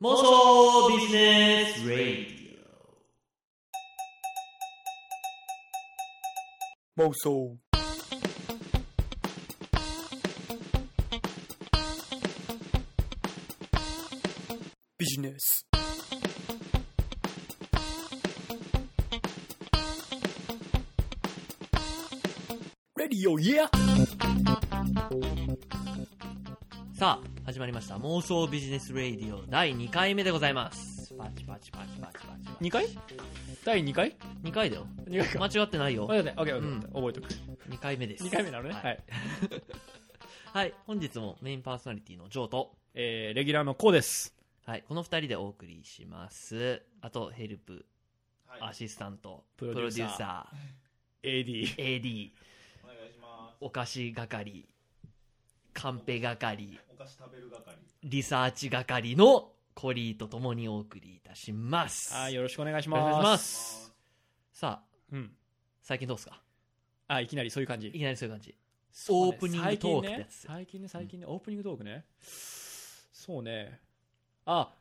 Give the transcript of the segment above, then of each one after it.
妄想ビジネスレイディ妄想ビジネスレディオイヤーオさあ始まりました妄想ビジネスレイディオ第2回目でございますパチパチパチパチパチパチ2回第2回2回だよ ?2 回か間違ってないよ間違ってない OKOK、うん覚えとく2回目です2回目なのねは、はいい、はい本日もメインパーソナリティのジョーとえー、レギュラーのコウですはいこの2人でお送りしますあとヘルプアシスタント、ププロロデデュューーサーサ AD ー AD お願いしますお菓子係カンペ係お菓子食べる係リサーチ係のコリーとともにお送りいたしますあーよろしくお願いしお願いしまますすさあうん最近どうですかあいきなりそういう感じいきなりそういう感じそうねオープニングトークってやつ最近ね最近ね最近ね、オープニングトークねそうねあ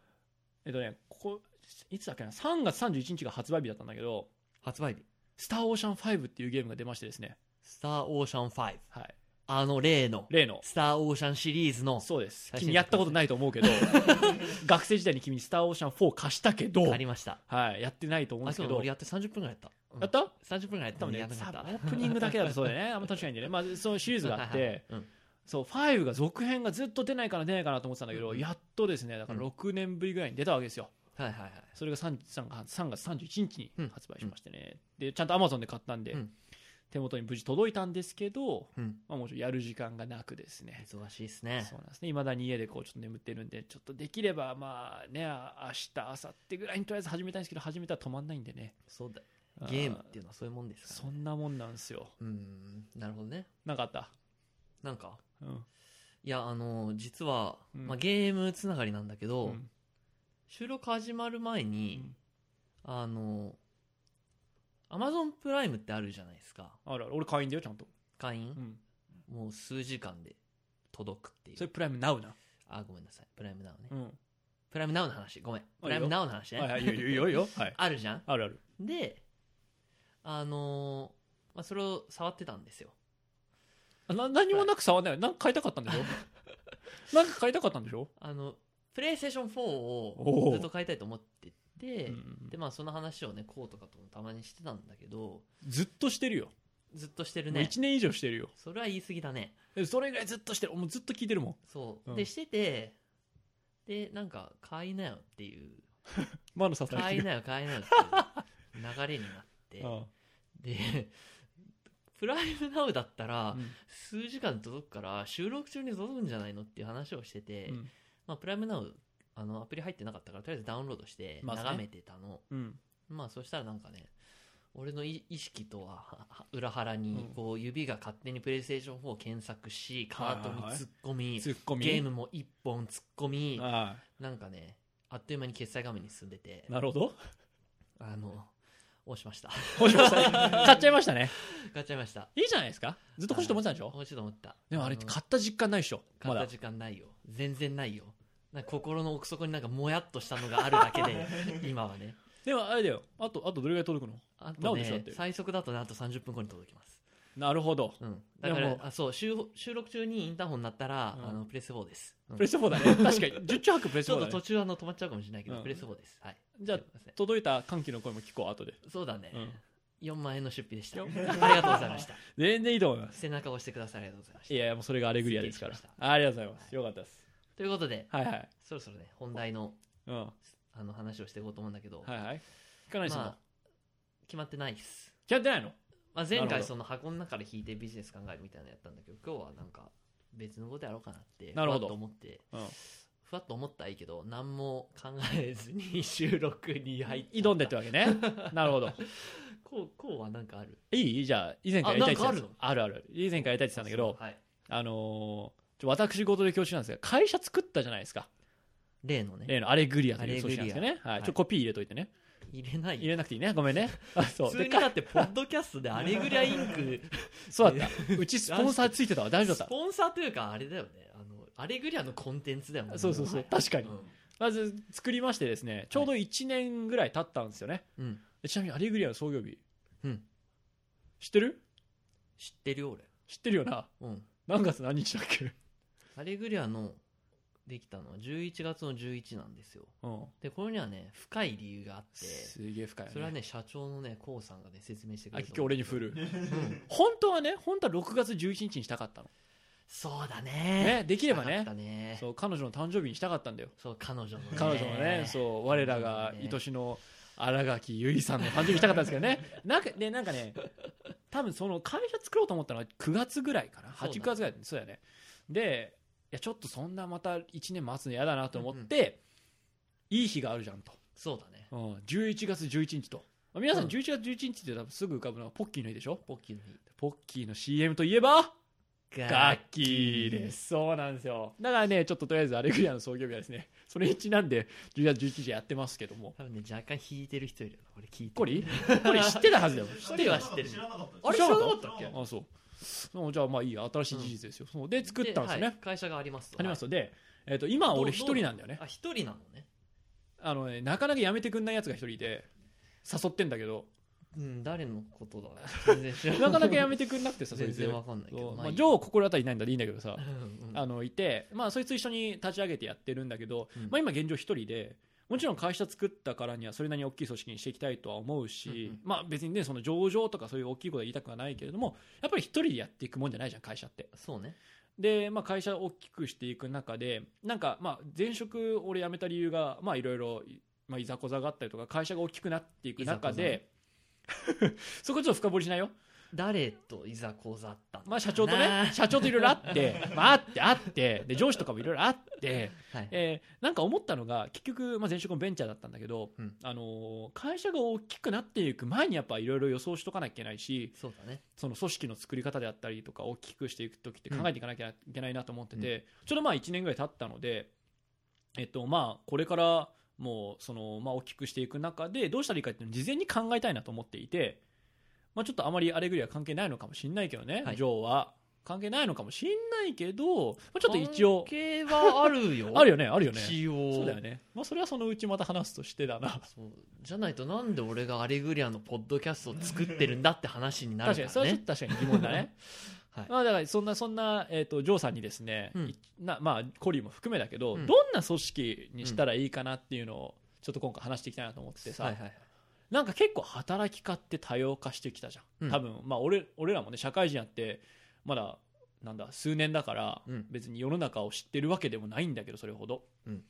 えっとねここいつだっけな3月31日が発売日だったんだけど発売日「スター・オーシャン5」っていうゲームが出ましてですね「スター・オーシャン5はい」あの例の例の「スター・オーシャン」シリーズのそうです最新作君やったことないと思う けど学生時代に君に「スター・オーシャン4」貸したけどありましたはいやってないと思うんあですそけうど俺やって30分ぐらいやった、うんやった30分ぐらいやった多の分にねやらなかさったオープニングだけだとそうだよねあんま確かにね、まあ、そのシリーズがあっはいはていうんそう5が続編がずっと出ないから出ないかなと思ってたんだけど、うんやっとですねだからうん6年ぶりぐらいに出たわけですよはいはいはいそれが 3, 3月31日うにん発売しましてね、でちゃんとアマゾンで買ったんで、うん手元に無事届いたんですけど、うんまあ、もちろんやる時間がなくですね忙しいですいねそうなんですね未だに家でこうちょっと眠ってるんでちょっとできればまあねあ明日明後日ぐらいにとりあえず始めたいんですけど始めたら止まんないんでねそうだあゲームっていうのはそういうもんですかそら、ね、んなもんなんですようんなるほどねなんかあった、なんかうんいやあの実は、うんまあ、ゲームつながりなんだけど、うん収録始まる前に、うんあのアマゾンプライムってあるじゃないですかあるある俺会員だよちゃんと、会う員、ん、もう数時間で届くっていそれうプライムナウな、あごめんなさいプライムナウね、うん、プライムナウの話ごめんプライムナウの話ね、はいはい、いいよいいよいいよ。は い。あるじゃん あるある。であのーまあ、それを触ってたんですよあな、何もなく触んないよ。なんか買いたかった んでしょなんか買いたかったんでしょあのプレイステーション4をおうずっと買いたいと思ってて、うんでまあその話をねこうとかともたまにしてたんだけどずっとしてるよ。ずっとしてるもうね1年以上してるよ。それは言い過ぎだねえそれぐらいずっとしてる。もうずっと聞いてるもん。そう、うんでしててでなんか買いなよって いう魔のささや買いきが。なよ買いなよっていう流れになって あでプライムナウだったあらうん数時間で届くから収録中に届くんじゃないのっていう話をしてて、うんまあ、プライムナウあのアプリ入ってなかったからとりあえずダウンロードしてまあね眺めてたの、うん。まあそしたらなんかね俺のい意識とははは裏腹にうんこう指が勝手にプレイステーション4を検索しカートにはいはいはい突っ込み、ツッコミ。ゲームも一本突っ込み、あなんかね、あっという間に決済画面に進んでてあ。、なるほ ど。あの、押しました。 欲しましたね買っちゃいましたね。買っちゃいました。いいじゃないですか。ずっと欲しいと思ってたんでしょ欲しいと思った。でもあれっての買った実感ないでしょ。買まっただ。時間ないよ。全然ないよ。なんか心の奥底になんかもやっとしたのがあるだけで、 今はね。でもあれだよ。あと、あとどれぐらい届くのあなとおでしょだっねて、最速だとね、あと30分後に届きます。なるほど。うん。だかでらも、あそう収録、収録中にインターホン鳴ったら、うんあの、プレス4です。うんプレス4だね。確かに。十中八九プレスちょ4っだと途ね。中あの止まっちゃうかもしれないけど、うんプレス4です。はい。じゃあすいません届いた歓喜の声も聞こう、後で。そうだねうん。 4万円の出費でした。あよりがとうございました。全然いいと思います。背中を押してくださいありがとうございましたいやいや、もうそれがアレグリアですからすっきりし。ありがとうございます。よかったです。ということではいはい。そろそろね本題のうん。はあの話をしていこうと思うんだけど、いはい。聞かないですもんまあ。決まってないっす、キャンてないのまあ、な前るほ回どその箱の中で引いてビジネス考えるみたいなのやったんだけど今日はなんか別のことやろうかなってなるほどふわっと思ってうん。ふわっと思ったらいいけど何も考えず に収録に入っちゃった挑んでってわ けね。なるほど。こうこうはなんかあるいいじゃあ、以前からやりたいって言ってたあなんかあるある。以前からやりたいって言ってたんだけど、はい、あのー、ちょ私事で恐縮なんですが、会社作ったじゃないですか。例のね例のアレグリアとアいうレグ組リア織なんですよね。ははい。ちょっといコピー入れといてね。入れない入れなくていいね。ごめんね。あ、そ普う。通でにかだってポッドキャストでアレグリアインクそうだった。うちスポンサーついて たわ。大丈夫スだっポンサーというかあれだよねあのアレグリアのコンテンツだよねた。そうそうそう。確かに。うんまず作りましてですねちょうど1年ぐらい経ったんですよね、うんでちなみにアレグリアの創業日、うん知ってる知ってるよ俺知ってるよなうん何月何日だっけ、アレグリアのできたのは11月の11なんですようん、でこれにはね深い理由があってすげえ深いよねそれはね社長のねこうさんがね説明してくあれ結た局俺に振るうん本当はね本当は6月11日にしたかったの、そうだねね、できでればねねそう彼女の誕生日にしたかったんだよそう彼女のね彼女のねそう我らが愛しの新垣結衣さんの誕生日にしたかったんですけどね なんかねなんかね多分その会社作ろうと思ったのは9月ぐらいかなそうだ8 9月ぐらいそうやねでいやちょっとそんなまた1年待つの嫌だなと思って、いい日があるじゃんと、そうだねうん、11月11日とまあ皆さんうん11月11日って多分すぐ浮かぶのはポッキーの日でしょポッキーの日ポッキーの CM といえばガッキーガッキーで。ですそうなんですよ。だからね、ちょっととりあえずアレグリアの創業日はですね、 それにちなんで10月11時やってますけども。多分ね若干引いてる人いるよな俺聞いてコリコリ知ってた はずだよ。一人は知ってる知らなかったですあれ知らなかったっけあ、そう。うんじゃあまあいいや、新しい事実ですよ。そうで、作ったんですよね。はい会社がありますとありますよ。で、えっ、と、今は俺一人なんだよね。あ一人なのねあのね、なかなかやめてくんないやつが一人いて、誘ってんだけど、うん誰のことだ全然知ら なかなかやめめてくんなくてさ、そ全いつ。然わかんないけそどうままあ、あいいジョー心当たりないんだでいいんだけどさう。んうんあのいて、まあ、そいつ一緒に立ち上げてやってるんだけど、うんまあ、今現状一人でもちろん会社作ったからにはそれなりに大きい組織にしていきたいとは思うし、うんうんまあ、別にねその上場とかそういう大きいことは言いたくはないけれどもやっぱり一人でやっていくもんじゃないじゃん会社ってそうねで、まあ、会社を大きくしていく中でなんかまあ前職俺辞めた理由がまあいろいろまあいざこざがあったりとか会社が大きくなっていく中で そこちょっと深掘りしないよ誰といざこざったのかなまあ、社長とね、社長といろいろあって、まあ、あって、あって、で、上司とかもいろいろあって、はいえーなんか思ったのが、結局、まあ、前職もベンチャーだったんだけど、うんあのー会社が大きくなっていく前にやっぱいろいろ予想しとかなきゃいけないし、そうだねその組織の作り方であったりとか、大きくしていくときって考えていかなきゃいけないなと思ってて、ちょうどまあ1年ぐらい経ったので、えっと、まあ、これから、もうそのまあ、大きくしていく中でどうしたらいいかっていうのを事前に考えたいなと思っていて、まあ、ちょっとあまりアレグリア関係ないのかもしれないけどね、はいジョーは関係ないのかもしれないけど、まあ、ちょっと一応関係はあるよ あるよねあるよね一応そうだよね、まあ、それはそのうちまた話すとしてだなそうじゃないとなんで俺がアレグリアのポッドキャストを作ってるんだって話になる確かからにそれはちょっねと確かに疑問だね、 はいまあ、だからそんなそんな、えー、とジョーさんにですね、うんいなまあ、コリーも含めだけど、うんどんな組織にしたらいいかなっていうのをちょっと今回話していきたいなと思ってさ、はいはいはいなんか結構働き方って多様化してきたじゃん、うん多分、まあ、俺俺らもね社会人やってまだなんだ数年だから、うん別に世の中を知ってるわけでもないんだけどそれほど、うん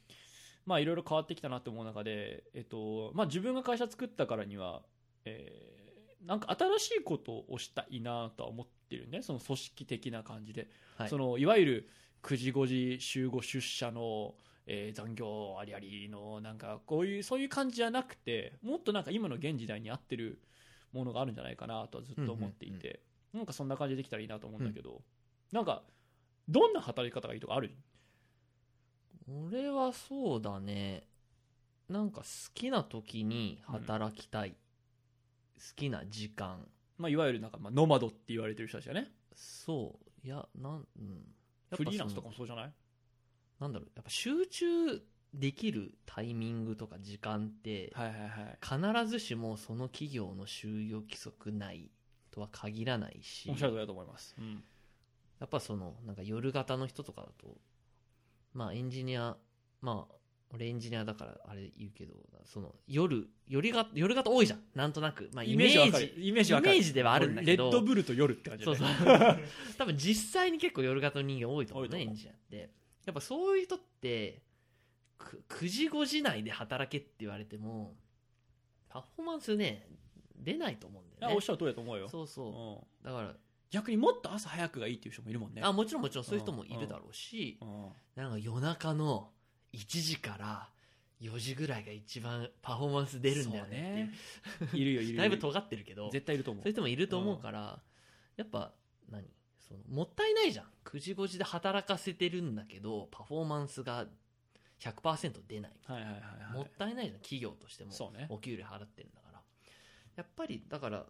まあいろいろ変わってきたなと思う中で、えっとまあ、自分が会社作ったからには、えーなんか新しいことをしたいなとは思ってるねその組織的な感じで、はいそのいわゆる9時5時週5出社の、えー残業ありありのなんかこういうそういう感じじゃなくてもっとなんか今の現時代に合ってるものがあるんじゃないかなとはずっと思っていて、うんうんなんかそんな感じでできたらいいなと思うんだけど、なんかどんな働き方がいいとかある俺はそうだねなんか好きな時に働きたい、好きな時間まあ、いわゆるなんかまあノマドって言われてる人たちだねそういやなん、うん、やっぱそのフリーランスとかもそうじゃないなんだろうやっぱ集中できるタイミングとか時間ってはいはいはい必ずしもその企業の就業規則内とは限らないしおっしゃる通りだと思います、うんやっぱそのなんか夜型の人とかだとまあエンジニアまあ俺エンジニアだからあれ言うけどその夜夜が夜型多いじゃんなんとなく、まあ、イメージわかるイメージわかるイメージではあるんだけどレッドブルと夜って感じだそうねそう 多分実際に結構夜型の人間多いと思う多ねいエと思うンジニアってやっぱそういう人ってく9時5時内で働けって言われてもパフォーマンスね出ないと思うんだあよおっねしゃる通りだと思うよそううそんうだから逆にもっと朝早くがいいっていう人もいるもんねあもちろんもちろんそういう人もいるだろうし、うんなんか夜中の1時から4時ぐらいが一番パフォーマンス出るんだよねそうねいるよいるっていようだいぶ尖ってるけどそう絶対いると思ういう人もいると思うから、やっぱ何そのもったいないじゃん9時5時で働かせてるんだけどパフォーマンスが100%出ない、はいはいはいはいもったいないじゃん企業としてもそうねお給料払ってるんだからやっぱりだから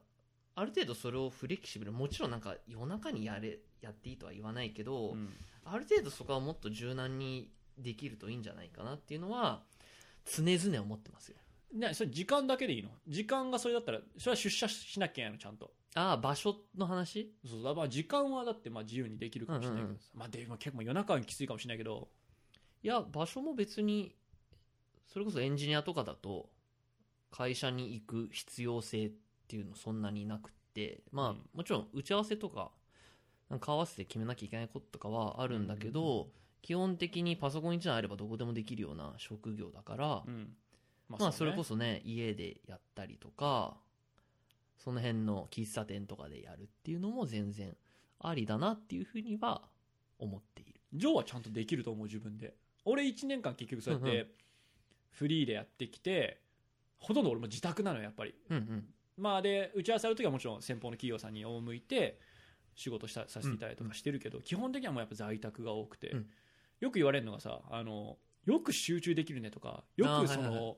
ある程度それをフレキシブルもちろんなんか夜中にやれやっていいとは言わないけど、うんある程度そこはもっと柔軟にできるといいんじゃないかなっていうのは常々思ってますよね、それ時間だけでいいの時間がそれだったらそれは出社しなきゃいけないのちゃんとああ場所の話そうそうだからまあ時間はだってまあ自由にできるかもしれないけどさ、うんうんまあ、でも結構夜中はきついかもしれないけどいや場所も別にそれこそエンジニアとかだと会社に行く必要性っていうのそんなになくってまあ、うんもちろん打ち合わせとかなんか顔合わせで決めなきゃいけないこととかはあるんだけど、基本的にパソコン1台あればどこでもできるような職業だから、うんままあそれこそそね家でやったりとかその辺の喫茶店とかでやるっていうのも全然ありだなっていうふうには思っているうねジョーはちゃんとできると思う自分で俺1年間結局そうやっうんうてフリーでやってきてほとんど俺も自宅なのよやっぱりうんうんまあで打ち合わせある時はもちろん先方の企業さんに赴いて仕事したさせていただいたりとかしてるけど、基本的にはもうやっぱ在宅が多くて、うんよく言われるのがさあのよく集中できるねとかよあーくその、はいはいは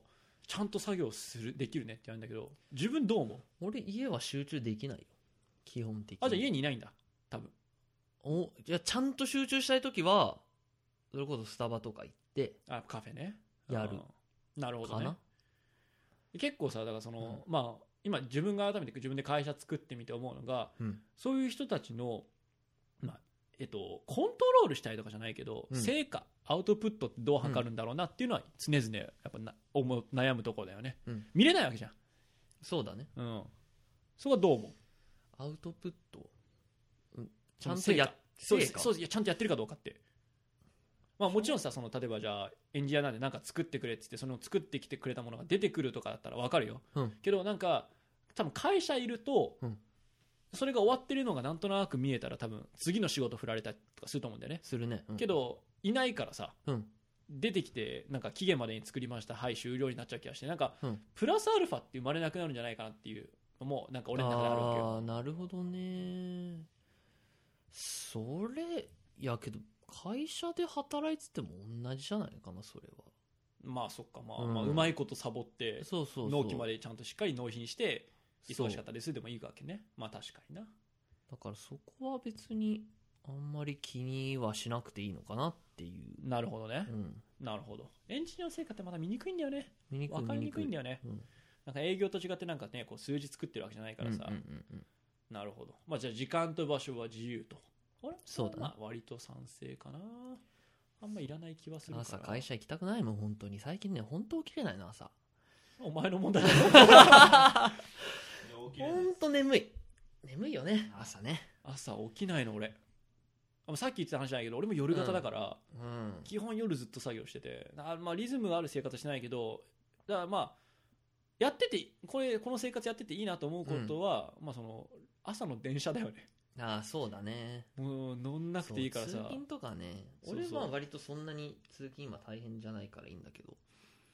ちゃんと作業するできるねって言われるんだけど自分どう思う俺家は集中できないよ基本的にあじゃあ家にいないんだ多分おじゃあちゃんと集中したい時はそれこそスタバとか行ってあカフェねやるうんなるほどかなね結構さだからその、まあ今自分が改めて自分で会社作ってみて思うのがうんそういう人たちの、まあえっと、コントロールしたいとかじゃないけど、うん成果アウトプットってどう測るんだろうなっていうのは常々やっぱな思う悩むところだよね、うん見れないわけじゃん、そうだねうん、そこはどう思うアウトプットうんちそゃのんとやっそう成果そういやちゃんとやってるかどうかって、まあ、もちろんさその例えばじゃあエンジニアなんで何か作ってくれって言ってその作ってきてくれたものが出てくるとかだったら分かるよ、うんけどなんか多分会社いると、うんそれが終わってるのがなんとなく見えたら多分次の仕事振られたりとかすると思うんだよねするね、うんけどいないからさ、うん出てきてなんか期限までに作りましたはい終了になっちゃう気がしてなんか、うんプラスアルファって生まれなくなるんじゃないかなっていうのもなんか俺の中であるわけよあーなるほどねそれいやけど会社で働いてても同じじゃないかなそれはまあそっかまあ、うんまあうまいことサボってそうそうそう納期までちゃんとしっかり納品してそう忙しかったですでもいいわけねまあ確かになだからそこは別にあんまり気にはしなくていいのかなっていうなるほどねう、んなるほどエンジニアの成果ってまた見にくいんだよね見にくい分かりにくいんだよよねうんなんか営業と違ってなんかねこう数字作ってるわけじゃないからさ、うんうんうんうんなるほどまあじゃあ時間と場所は自由とあれそうだねまあ割と賛成かなあんまいらない気はするから朝会社行きたくないもん本当に最近ね本当起きれないの 朝お前の問題だろ や起きれない本当眠い眠いよね朝ね朝起きないの俺あさっき言ってた話じゃないけど俺も夜型だから、うん基本夜ずっと作業しててあ、まあ、リズムがある生活してないけどだからまあやっててこれこの生活やってていいなと思うことは、まあ、その朝の電車だよね ああそうだねもう乗んなくていいからそうさ通勤とかねそうそう俺は割とそんなに通勤今大変じゃないからいいんだけど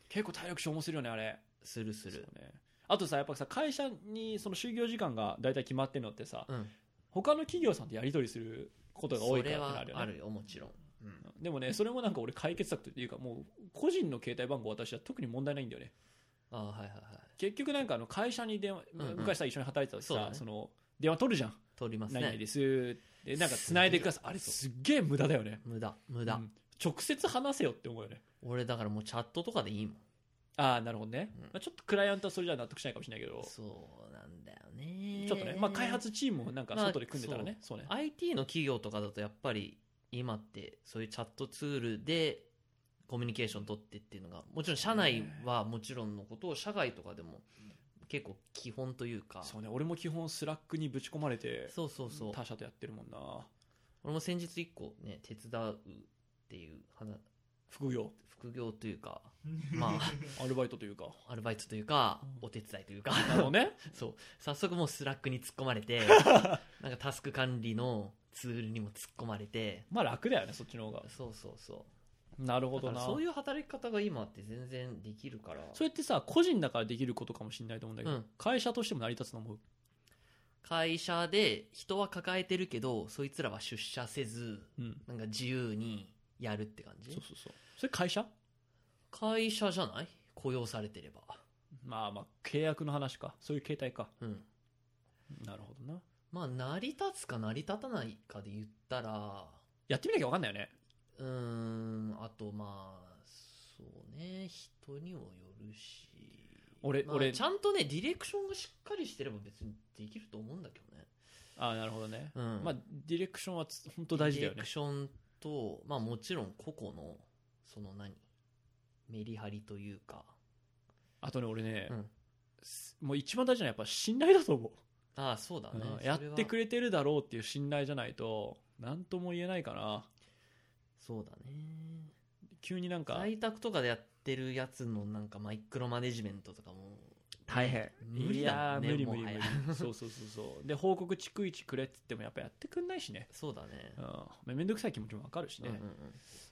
結構体力消耗するよねあれするするそうねあとさやっぱさ会社にその就業時間が大体決まってるのってさうん他の企業さんとやり取りすることが多いそかれらはってなるよあねるよもちろんうんでもねそれもなんか俺解決策というかもう個人の携帯番号私は特に問題ないんだよねああはいはいはい結局なんかあの会社に電話、うんうん昔さ一緒に働いてた時そうさだねその電話取るじゃん取ります何々ねですでなんか繋いでくださいあれすっげえ無駄だよね無駄無う駄ん直接話せよって思うよね俺だからもうチャットとかでいいもんああなるほどね、うんまあ、ちょっとクライアントはそれじゃ納得しないかもしれないけどそうなんだよねちょっとね、まあ、開発チームをなんかまあ外で組んでたらね、そうね IT の企業とかだとやっぱり今ってそういうチャットツールでコミュニケーション取ってっていうのがもちろん社内はもちろんのことを社外とかでも結構基本というかそうね俺も基本スラックにぶち込まれてそうそうそう他社とやってるもんな俺も先日一個ね手伝うっていう話副業副業という かまアルバイトというかあアルバイトというかうんお手伝いというかなるほどね そう早速もうスラックに突っ込まれてなんかタスク管理のツールにも突っ込まれてまあ楽だよねそっちの方がそうそうそうなるほどだなからそういう働き方が今って全然できるからそれってさ個人だからできることかもしれないと思うんだけど、うん会社としても成り立つのも会社で人は抱えてるけどそいつらは出社せずうんなんか自由にやるって感そうじそうそうそれ会社会社じゃない雇用されてればまあまあ契約の話かそういう形態かうんなるほどなまあ成り立つか成り立たないかで言ったらやってみなきゃ分かんないよねうーんあとまあそうね人にもよるし俺まあ俺ちゃんとねディレクションがしっかりしてれば別にできると思うんだけどね、ああなるほどね、うんまあディレクションはつ本当大事だよディレねクションと、まあ、もちろん個々のその何メリハリというかあとね俺ね、うんすもう一番大事なのはやっぱ信頼だと思うああそうだね、うんやってくれれてるだろうっていう信頼じゃないと何とも言えないかなそうだね急になんか在宅とかでやってるやつのなんかマイクロマネジメントとかも大変無理いだもんやーね無理無理も無は理や そうそうそうそうで報告逐一くれって言ってもやっぱやってくんないしねそうだねうんまあ面倒くさい気持ちもわかるしうんね、うんうん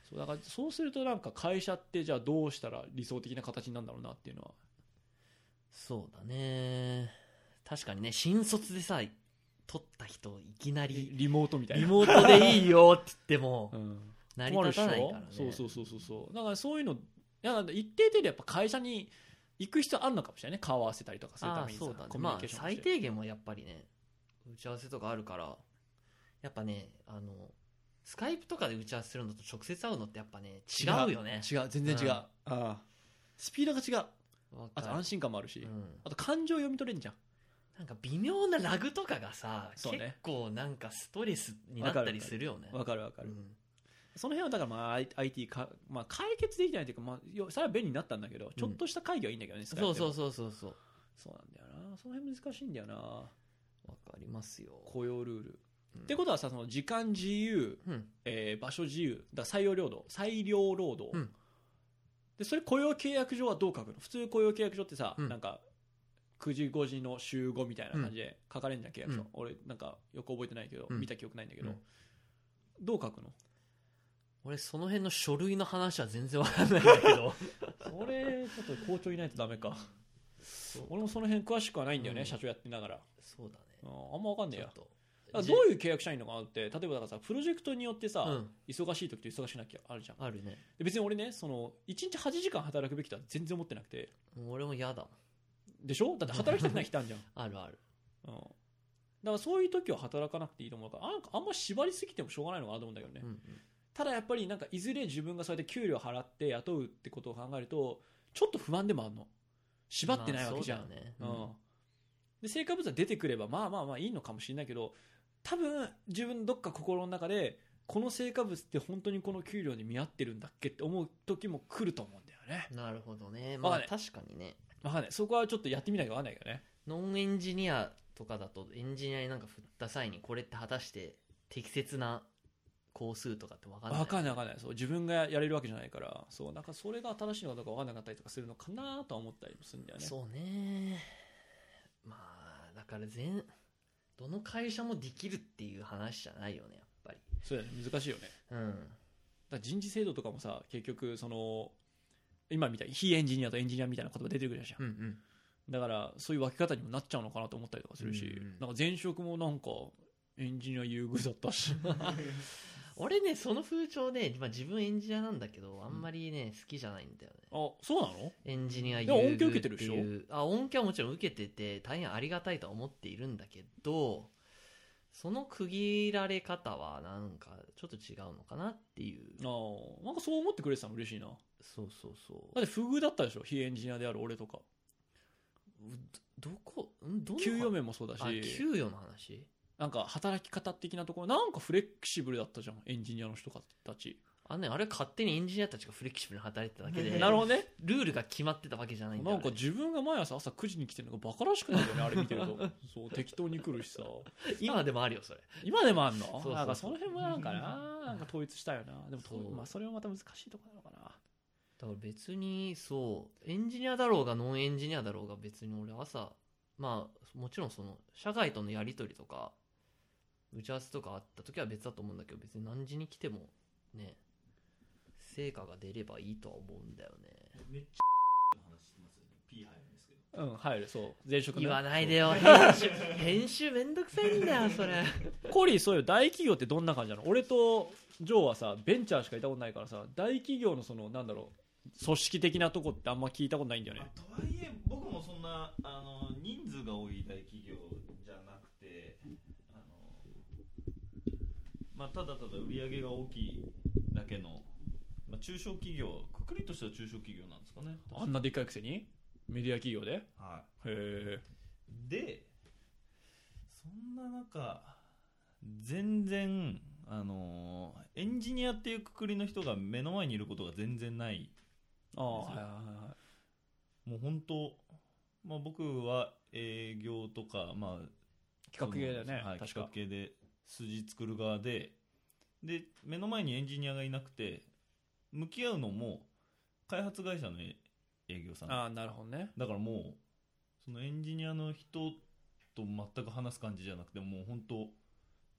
そうだからそうするとなんか会社ってじゃあどうしたら理想的な形になるんだろうなっていうのはそうだね確かにね新卒でさ取った人いきなリりリモートみたいリな、モートでいいよって言ってもうん、成り立たない困からるねでしょそうそうそうそうそうだからそういうのだから一定程度やっぱ会社に行く必要あるのかもしれないね顔合わせたりとかするたああめにさそうだねコミュまニあケーションをし最て低限もやっぱりね打ち合わせとかあるからやっぱねあのスカイプとかで打ち合わせするのと直接会うのってやっぱね違うよね違う全然違う、うんああスピードが違うわかあると安心感もあるし、うんあと感情読み取れんじゃんなんか微妙なラグとかがさ、そうね結構なんかストレスになったりするよね。わかるわかうる、んその辺はだからまあ I- IT か、まあ、解決できてないというか、まあよ、それは便利になったんだけどちょっとした会議はいいんだけどね、そうそうそうそうそうそう。そうなんだよなその辺難しいんだよなわかりますよ。雇用ルール、うんってことはさその時間自由、うん。えー場所自由だから採用労働裁量労働、うんでそれ雇用契約上はどう書くの普通雇用契約上ってさ、うんなんか9時5時の集合みたいな感じで書かれるんじゃん契約書、うん俺なんかよく覚えてないけど、うん見た記憶ないんだけうど、んどう書くの俺その辺の書類の話は全然わかんないんだけど。それちょっと校長いないとダメか俺もその辺詳しくはないんだよね、うん社長やってながら、 そうだうね。んあんま分かんねえちやょっと。だからどういう契約社員のかなって例えばだからさプロジェクトによってさ、うん。忙しい時と忙しくなきゃあるじゃんあるね。で別に俺ねその1日8時間働くべきとは全然思ってなくてもう俺も嫌だもん。でしょだって働きたくない人あ るじゃん、あるある。うん、だからそういう時は働かなくていいと思うからあなんかあんま縛りすぎてもしょうがないのかなと思うんだけどね、うんうん。ただやっぱりなんかいずれ自分がそうやって給料払って雇うってことを考えるとちょっと不安でもあるの縛ってないわけじゃん、まあそうだよね。うんで成果物は出てくればまあまあまあいいのかもしれないけど多分自分どっか心の中でこの成果物って本当にこの給料に見合ってるんだっけって思う時も来ると思うんだよねなるほどね。まあわかん確かにね。わかんないそこはちょっとやってみなきゃわかんないけどねノンエンジニアとかだとエンジニアになんか振った際にこれって果たして適切な工数とかってわかんない。わかんないわかんないそう自分がやれるわけじゃないからそうなんかそれが正しいのかどうかわかんなかったりとかするのかなとは思ったりもするんだよねそうねまあだから全どの会社もできるっていう話じゃないよねやっぱりそうだよね難しいよねうんだから人事制度とかもさ結局その今みたいに非エンジニアとエンジニアみたいな言葉出てくるじゃんうんうんだからそういう分け方にもなっちゃうのかなと思ったりとかするし、うんうんなんか前職もなんかエンジニア優遇だっ たし俺ねその風潮で、まあ、自分エンジニアなんだけどあんまりね、好きじゃないんだよねあそうなのエンジニアい優や遇恩恵受けてるでしょっていうあ恩恵はもちろん受けてて大変ありがたいとは思っているんだけどその区切られ方はなんかちょっと違うのかなっていうああなんかそう思ってくれてたの嬉しいなだそうそうそうって不遇だったでしょ非エンジニアである俺とかどこんどの給与面もそうだしあ給与の話なんか働き方的なところなんかフレキシブルだったじゃんエンジニアの人たちあのね、あれ勝手にエンジニアたちがフレキシブルに働いてただけで、 なるほどねルールが決まってたわけじゃないんだなよ、んかね。自分が毎朝朝9時に来てるのがバカらしくなるよねあれ見 てるとそう適当に来るしさ今でもあるよ、それ。今でもあんのうそうなんかその辺もなんかななんか統一したよなでもとそうまあ、それはまた難しいとこなのかなだから別に、そう、エンジニアだろうがノンエンジニアだろうが別に俺朝、まあ、もちろんその、社外とのやりとりとか、打ち合わせとかあった時は別だと思うんだけど、別に何時に来ても、ね、成果が出ればいいとは思うんだよね。めっちゃの話してますよね。P 入るんですけど。うん入るそう前職ね言わないでよ、編集、編集めんどくさいんだよ、それ。コリーそういう大企業ってどんな感じなの俺とジョーはさベンチャーしかいたことないからさ大企業のそのなんだろう組織的なとこってあんま聞いたことないんだよまあね、とはいえ僕もそんなあの人数が多い大企業じゃなくてあの、まあ、ただただ売り上げが大きいだけの、まあ、中小企業くくりとしては中小企業なんですかねあんなでっかいくせにメディア企業でへはえいでそんな中全然あのーエンジニアっていうくくりの人が目の前にいることが全然ないああはいはいはいはいもう本当まあ僕は営業とかまあ企画系だよね、そのはい確企か画系で筋作る側でで目の前にエンジニアがいなくて向き合うのも開発会社の営営業さんああなるほどねだからもうそのエンジニアの人と全く話す感じじゃなくてもう本当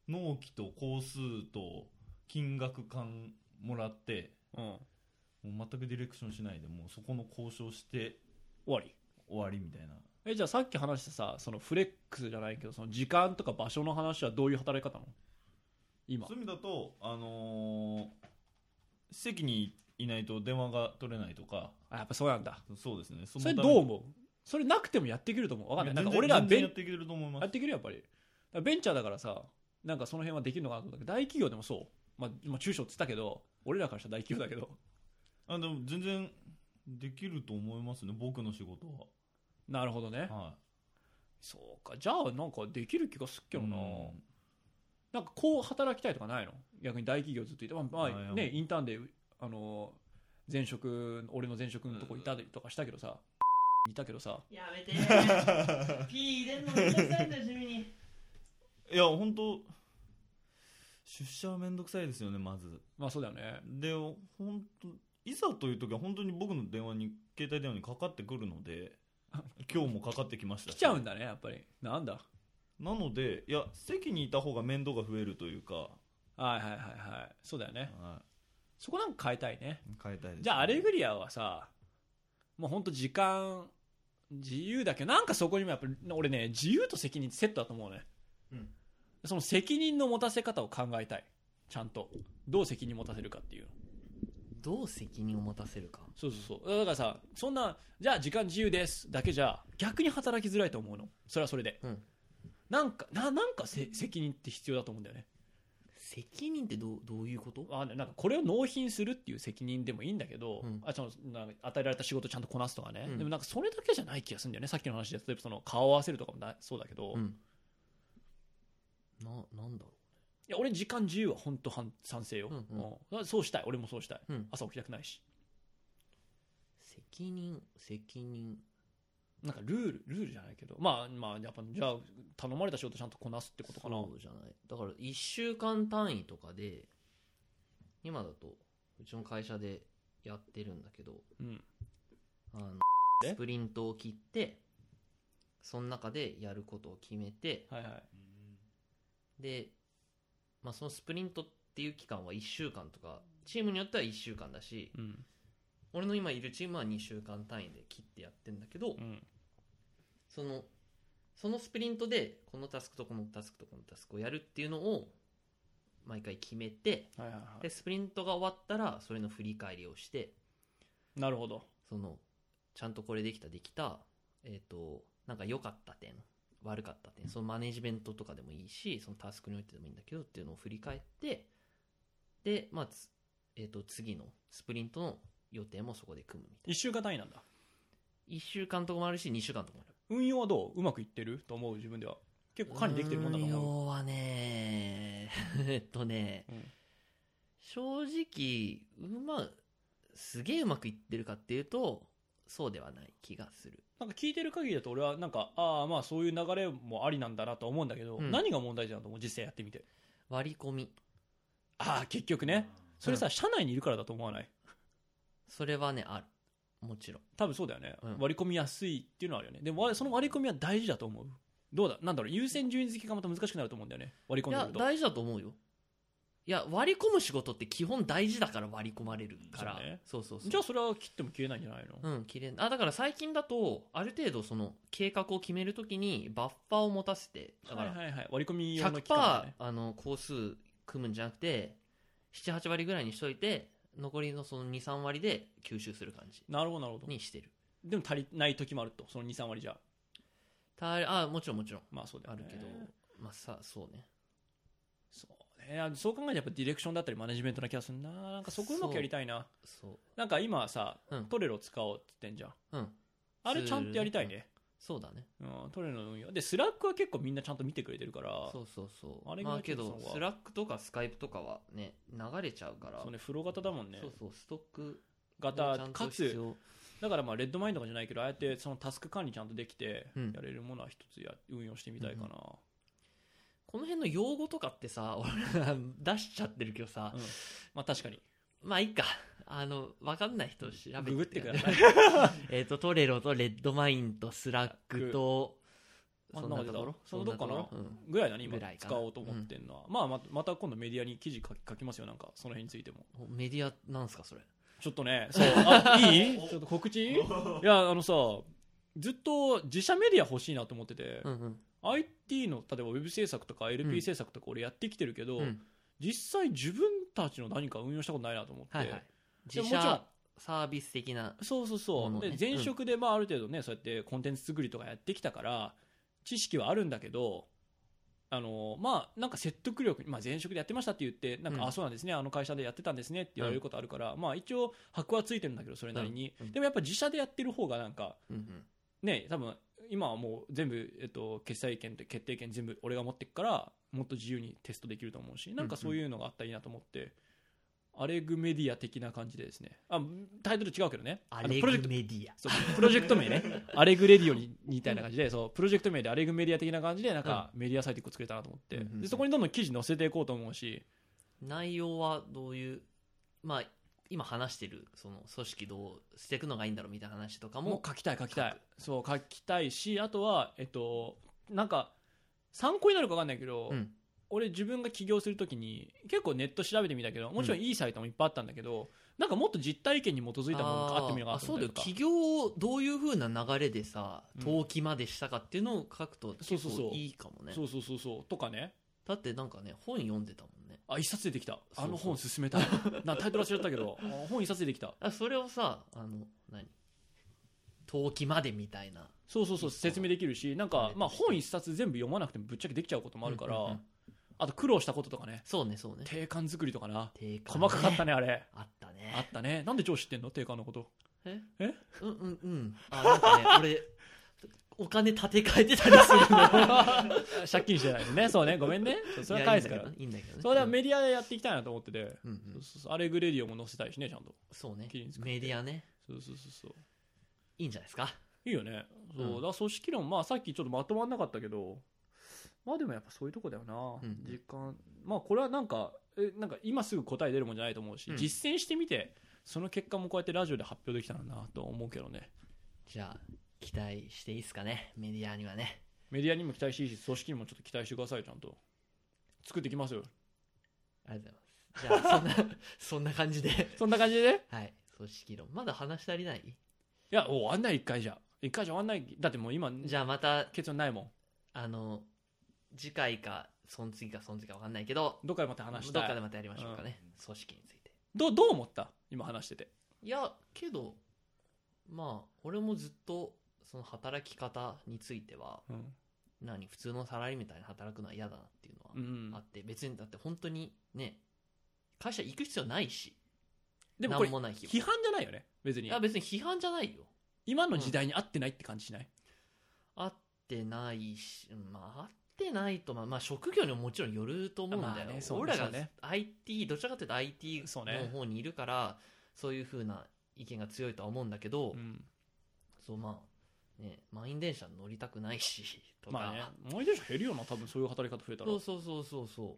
納期と工数と金額感もらってうんもう全くディレクションしないでもうそこの交渉して終わり終わりみたいなえじゃあさっき話したさそのフレックスじゃないけどその時間とか場所の話はどういう働き方なの今そういう意味だと、あのー席にいないと電話が取れないとか、あやっぱそうなんだそうですね。そそれどう思うそれなくてもやっていけると思うわかんないなんか俺らはベ全然ンやっていけると思いまやすっ。ていけるよやっぱりだからベンチャーだからさなんかその辺はできるのかなと思ったけど大企業でもそう、まあ、まあ中小って言ったけど俺らからしたら大企業だけどあでも全然できると思いますね、僕の仕事なるほどねは。はそうかじゃあなんかできる気がすっい。けどな、うんなんかこう働きたいとかないの逆に大企業ずっといて、まあまいやいあやね、インターンであの前職俺の前職のとこいたりとかしたけどさ、いたけどさやめてー P 入れんのめんどくさいんだよ地味にいや、本当出社はめんどくさいですよね、まず。まあそうだよねで、本当いざという時は本当に僕の電話に、携帯電話にかかってくるので、 今日もかかってきました来しちゃうんだねやっぱりなんだなので、いや、席にいた方が面倒が増えるというか、はいはいはいはいそうだよねはそこなんか変えたいねい、変えたいです、じゃあアレグリアはさもうほんと時間自由だけどなんかそこにもやっぱり俺ね自由と責任ってセットだと思うね、うんその責任の持たせ方を考えたいちゃんとどう責任持たせるかっていうどう責任を持たせるかそうそうそうだからさそんなじゃあ時間自由ですだけじゃ逆に働きづらいと思うのそれはそれで、うんなんかななんかせ責任って必要だと思うんだよね責任ってどうどういうことあなんかこれを納品するっていう責任でもいいんだけど、うんあそのなんか与えられた仕事ちゃんとこなすとかね、うんでもなんかそれだけじゃない気がするんだよねさっきの話で例えばその顔合わせるとかもなそうだけど、ういんななんだろや俺時間自由は本当反賛成よ、うんうんだからそうしたい俺もそうしたい、う、うん、朝起きたくないし責任責任なんかルールルールじゃないけどまあまあやっぱじゃあ頼まれた仕事ちゃんとこなすってことかなそうじゃないだから1週間単位とかで今だとうちの会社でやってるんだけどうんあのえスプリントを切ってその中でやることを決めてはいはいうんで、まあ、そのスプリントっていう期間は1週間とかチームによっては1週間だしうん俺の今いるチームは2週間単位で切ってやってんだけど、うんそのそのスプリントでこのタスクとこのタスクとこのタスクをやるっていうのを毎回決めてはいはいはでスプリントが終わったらそれの振り返りをしていなるほどそのちゃんとこれできたできたえっ、となんか良かった点悪かった点そのマネジメントとかでもいいしそのタスクにおいてでもいいんだけどっていうのを振り返ってでまあつえっ、と次のスプリントの予定もそこで組むみた1い週間単位なんだな1週間とかもあるし2週間とかもある運用はどううまくいってると思う自分では結構管理できてるもんだと思う運用はね えっとね、うん正直うますげえうまくいってるかっていうとそうではない気がするなんか聞いてる限りだと俺はなんかああまあそういう流れもありなんだなとは思うんだけど、うん何が問題じゃんと思う実際やってみて割り込みああ結局ねそれさ、社内にいるからだと思わないそれはねあるもちろん多分そうだよね、うん割り込みやすいっていうのはあるよねでもわその割り込みは大事だと思うどうだなんだろう優先順位付けがまた難しくなると思うんだよね割いり込んでやくると大事だと思うよいや割り込む仕事って基本大事だから割り込まれるからそうねそうそうそうじゃあそれは切っても消えないんじゃないの、うん、綺麗なあだから最近だとある程度その計画を決めるときにバッファーを持たせてだかはいらはいはい割り込み用の期100%間だねあの工数組むんじゃなくて78割ぐらいにしといて残りのその23割で吸収する感じなるほどなるほどにしてるでも足りない時もあるとその23割じゃたあもちろんもちろんまあそうだあよるねけど、まあさそうねそういやそう考えるとやっぱディレクションだったりマネジメントな気がするななんかそこうまくやりたいなそなんか今さ、うんトレロ使おうって言ってんじゃんう。うん。あれちゃんとやりたいね、そうだね。うん、トレロの運用でスラックは結構みんなちゃんと見てくれてるからそうそうそう。あれぐまらあいちけょっとそどこ、はスラックとかスカイプとかはね、流れちゃうから。そうねフロー型だもんねそうそう、ストックもちゃ型んとか必つ要。だからまあレッドマインドとかじゃないけどああやってそのタスク管理ちゃんとできてうんやれるものは一つや運用してみたいかな、この辺の用語とかってさ、 俺ら出しちゃってるけどさ、うんまあ確かにまあいいか。あの、わかんない人調べて。ググってくださいえっと、トレロとレッドマインとスラックと、真ん中だそのどっかなそんなところうんぐらいだね今ぐらいかな使おうと思ってんのは、まあままた今度メディアに記事書き書きますよなんかその辺についてもおメディアなんすか、それ。ちょっ とねそうあいいちょっと告知いやあのさずっと自社メディア欲しいなと思ってて、うんうん。 IT の例えばウェブ制作とかう LP ん制作とか俺やってきてるけど、うん実際自分たちの何か運用したことないなと思って、はいはい。で自もちろん社サービス的な。そうそうそもう、のねで前職でまあある程度ね、そうやってコンテンツ作りとかやってきたから知識はあるんだけどあのまあなんか説得力、まあ、前職でやってましたって言ってなんか、うんあそうなんですねあの会社でやってたんですねって言われることあるから、まあ一応箔はついてるんだけどそれなりに、うんうんでもやっぱ自社でやってる方がなんかうんうん。ね多分今はもう全部、えっと、決済権と決定権全部俺が持ってくからもっと自由にテストできると思うしなんかそういうのがあったらいいなと思って、アレグメディア的な感じでですねあタイトル違うけどねアあのレプロジェグクトメディア。そうプロジェクト名ね アレグレディオにみたいな感じでそうプロジェクト名でアレグメディア的な感じでなんかメディアサイト1個作れたなと思って、うんうんうんでそこにどんどん記事載せていこうと思うし内容はどういう、まあ、今話してる、その組織どうしていくのがいいんだろうみたいな話とかももう、書きたい書きたいそう書きたいしあとはえっとなんか参考になるか分かんないけど、うん俺自分が起業するときに結構ネット調べてみたけどもちろんいいサイトもいっぱいあったんだけど、なんかもっと実体験に基づいたものがあってみようかあーあなとそ思うっだよたりとか企業をどういうふうな流れでさうん登記までしたかっていうのを書くとそう結そうそう構いいかもねそうそうそうそうとかねだってなんかね本読んでたもんねあ一冊出てきたそうそうあの本勧めたい なタイトルは違ったけどあ本一冊出てきたあそれをさあの何登記までみたいなそうそうそう説明できるしなんか、まあ、本一冊全部読まなくてもぶっちゃけできちゃうこともあるから、うんうんうんあと苦労したこととかねそうねそうね定款作りとかな定価ね細かかったねあれあったあっねたねなんで超知ってんの定款 のことええうんうんうんあなんかね 俺お金立て替えてたりするの借金してないのねそうねごめんね そうそれはやい返すからいいんだけどねいいんだけどねそれではメディアでやっていきたいなと思ってて、うんうそうんそうそうアレグレディオも載せたいしねちゃんとそうね記事に作ってメディアねそうそうそうそういいんじゃないですかいいよねそう、うんだから組織論まあさっきちょっとまとまんなかったけどまあでもやっぱそういうとこだよな、うん実感まあこれはなんかえなんか今すぐ答え出るもんじゃないと思うし、うん実践してみてその結果もこうやってラジオで発表できたらなと思うけどねじゃあ期待していいですかねメディアにはねメディアにも期待していいし組織にもちょっと期待してくださいちゃんと作ってきますよありがとうございます。じゃあ、そ んな、そんな感じで。そんな感じでねはい。組織論。まだ話し足りないいや終わんない一回じゃ一回じゃ終わんないだってもう今じゃあまた、結論ないもんあの、次回か、その次か、その次か分かんないけど、どっかでまた話したどっいかでまたやりましょうかね。組織について。どどう思った今話してていや、けど、まあ、俺もずっと、その働き方については、うん、何、普通のサラリーみたいに働くのは嫌だなっていうのはうんあって、別にだって本当にね、会社行く必要ないし、でもこれなんもない日批判じゃないよね別いにや、別に批判じゃないよ。今の時代に合ってないって感じしない、合ってないし、うんまあ、合ってないと、まあ、まあ、職業にももちろんよると思うんだよ、まあねそうね俺らそがうね IT、どちらかというと IT そうねの方にいるから、そう,、いうふうな意見が強いとは思うんだけど、うんそう、まあ、ね、満員電車乗りたくないし、とか、まあね毎年減るよな多分そういう働き方増えたらそうそうそうそうそ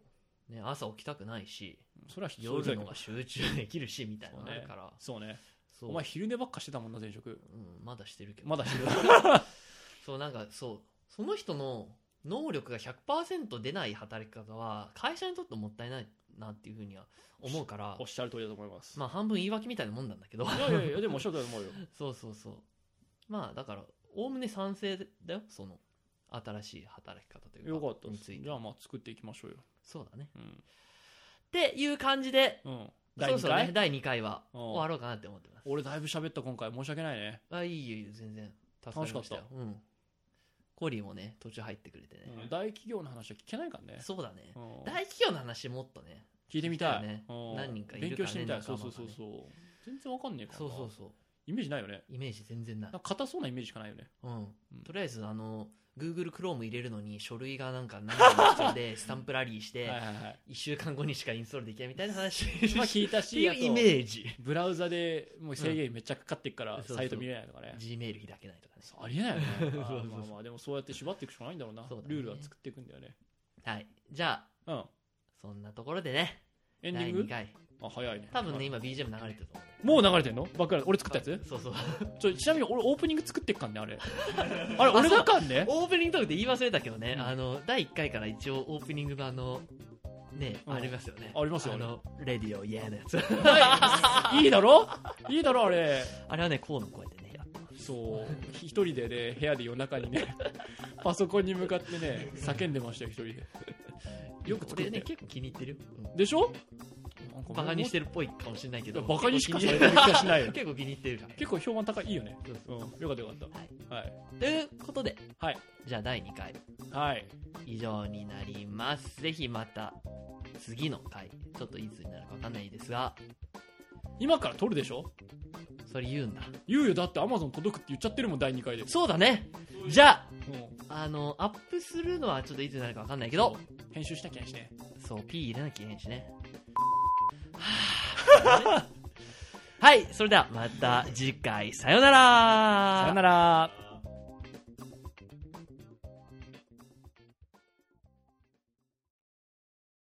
う、ね、朝起きたくないし、それは必要夜だけのどが集中できるし、みたいなのがあるから、そうねそうお前昼寝ばっかしてたもんな前職うん、まだしてるけど、まだしてる そう、なんか、そう、その人の能力が100%出ない働き方は、会社にとってもったいないなっていうふうには思うからおっ、しゃる通りだと思います、まあ、半分言い訳みたいなもんなんだけど、いやいやいやでもおっしゃる通りだと思うよ そうそうそう。まあ、だから、おおむね賛成だよ、その、新しい働き方というか、 よかったでにすついじてゃ。あまあ作っていきましょうよそうだね。うん、っていう感じで、うん、そ第ろ2そろね、回第2回はうん終わろうかなって思ってます。俺だいぶ喋った今回申し訳ないねあ、いいよ、いいよ、全然。助かりまようん。コリーもね途中入ってくれてね、うん大企業の話は聞けないからねそうだね、うん大企業の話もっとね聞いてみた聞い、きたいねうん何人かいるからね勉強してみたい、仲そ間うがそねうそうそう全然わかんねえからそうなそうそイメージないよねうイメージ全然ないなんか硬そうなイメージしかないよねうんうんとりあえずあの Google Chrome 入れるのに書類がなんか何枚も必要 でスタンプラリーしてはいはいはい1週間後にしかインストールできないみたいな話 まあって聞いたしいあうとイメージブラウザでもう制限めっちゃかかってっから、うんサイト見れないとかね Gmail 開けないとかねそうありえない よねそうそうそうあーまあまあでもそうやって縛っていくしかないんだろうなそうだねルールは作っていくんだよねはいじゃあうんそんなところでねエンディ第ング2回あ早いね多分ね今 BGM 流れてると思うもう流れてんのバックヤード俺作ったやつそうそうちょちなみに俺オープニング作ってっかんね あれあれ俺がかんねオープニングトークって言い忘れたけどね、うんあの第1回から一応オープニング版のね、うんありますよねありますよあねのレディオイエーのやつ いいだろいいだ ろあれあれはねこうの声でねやってますそう一人でね部屋で夜中 にねパソコンに向かってね叫んでましたよ一人でよく作俺ってねる結構気に入ってるよ、うんでしょバカにしてるるっぽいかもしれないけどバカにしかされ結て構る気がしない気によ結構気に入ってるから結構評判高いいいよねそううそんうよかったよかっはいたはいということで、はい、じゃあ第2回はい以上になりますぜひまた次の回ちょっといつになるかわかんないですが今から撮るでしょそれ言うんだ言うよだってアマゾン届くって言っちゃってるもん第2回で、そうだねじゃあうあのアップするのはちょっといつになるかわかんないけどん、編集しなきゃいけないしねそう P 入れなきゃいけないし ねはぁはいそれではまた次回さようならさよなら